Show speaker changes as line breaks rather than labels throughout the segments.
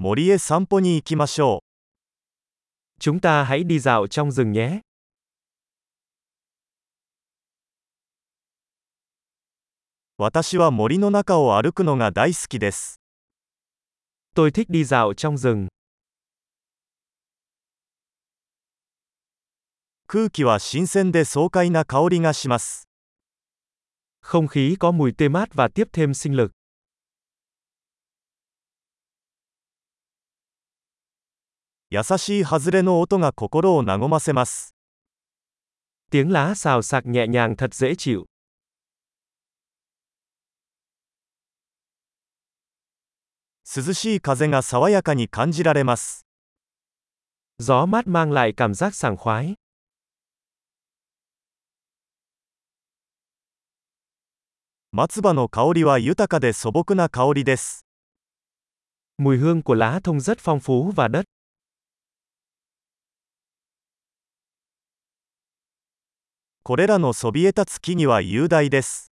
森へ散歩に行きましょ
Chúng ta hãy đi dạo trong rừng nhé.
う。私は森の中を歩くのが大好きです。
Tôi thích đi dạo trong rừng,
空気は新鮮で爽快な香りがします。
không khí có mùi tê mát và tiếp thêm sinh lực.
優しい外れの音が心を和ませます。
Tiếng lá xào xạc nhẹ nhàng thật dễ chịu.
涼しい風が爽やかに感じられます。
Gió mát mang lại cảm giác sảng khoái.
松葉の香りは豊かで素朴な香りです。
Mùi hương của lá thông rất phong phú và đất.
これらのそびえ立つ木々は雄大です。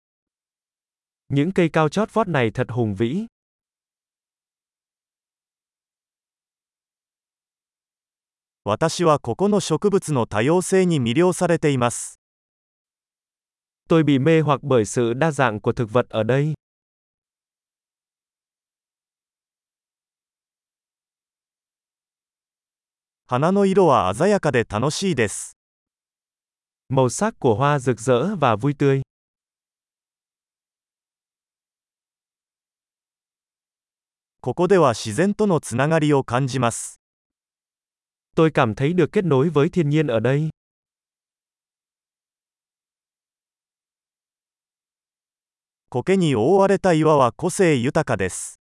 Những cây cao chót vót này thật hùng vĩ.
私はここの植物の多様性に魅了されています。
Tôi bị mê hoặc bởi sự đa dạng của thực vật ở đây.
花の色は鮮やかで楽しいです。
Màu sắc của hoa rực rỡ và vui tươi.
ここでは自然とのつながりを感じます。
Tôi cảm thấy được kết nối với thiên nhiên ở đây.
苔に覆われた岩は個性豊かです。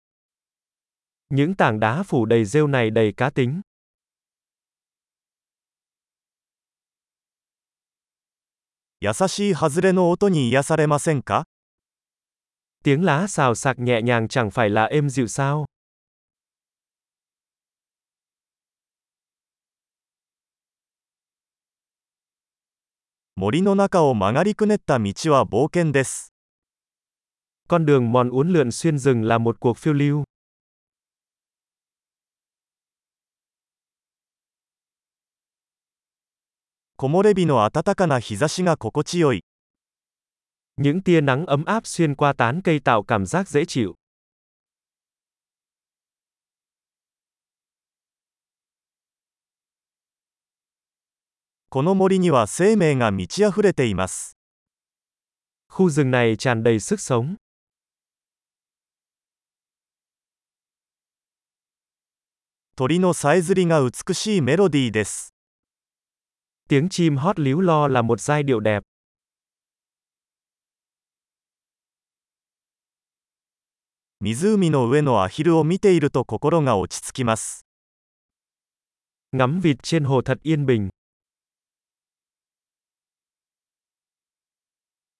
Những tảng đá phủ đầy rêu này đầy cá tính.
優しい外れの音に癒されませんか
Tiếng lá xào xạc nhẹ nhàng chẳng phải là êm dịu sao?
森の中を曲がりくねった道は冒険です。
Con đường mòn uốn lượn xuyên rừng là một cuộc phiêu lưu.
木漏れ日の暖かな日差しが心地よい。
Những tia nắng ấm áp xuyên qua tán cây tạo cảm giác dễ chịu.
この森には生命が満ち溢れています。
Khu rừng này tràn đầy sức sống.
鳥のさえずりが美しいメロディーです。
Tiếng chim hót líu lo là một giai điệu đẹp.
湖の上のアヒルを見ていると心が落ち着きます。
Ngắm vịt trên hồ thật yên bình.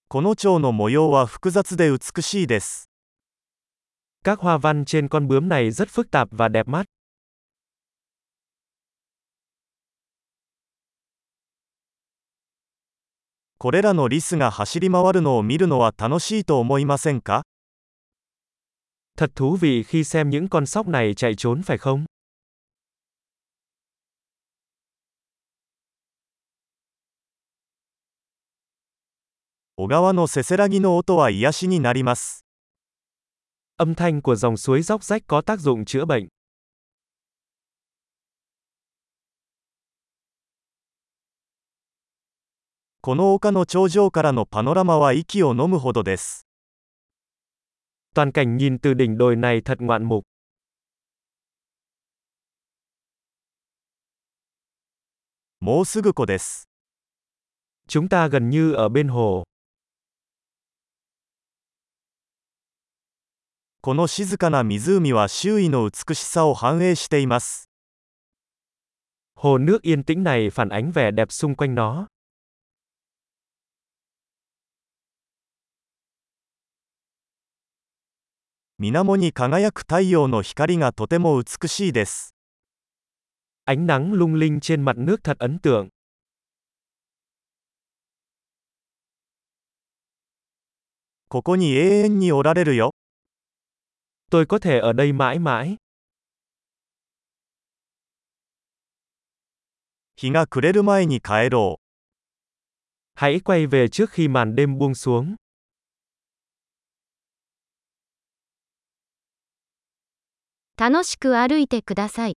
この蝶の模様は複雑で美しいです。
Các hoa văn trên con bướm này rất phức tạp và đẹp mắt.
これらのリスが走り回るのを見るのは楽しいと思いませんか
Thật thú vị khi xem những con sóc này chạy trốn phải không?
小川のせせらぎの音は癒しになります。
Âm thanh của dòng suối róc rách có tác dụng chữa bệnh.
この丘の頂上からのパノラマは息を飲むほどです。
Toàn cảnh nhìn từ đỉnh đồi này thật ngoạn mục.
もうすぐ湖です。
Chúng ta gần như ở bên hồ.
この静かな湖は周囲の美しさを反映しています。
Hồ nước yên tĩnh này phản ánh vẻ đẹp xung quanh nó.
水面に輝く太陽の光がとても美しいです。
Ánh nắng lung linh trên mặt nước thật ấn tượng.
ここに永遠におられるよ。
Tôi có thể ở đây mãi mãi.
日が暮れる前に帰ろう。
Hãy quay về trước khi màn đêm buông xuống.
楽しく歩いてください。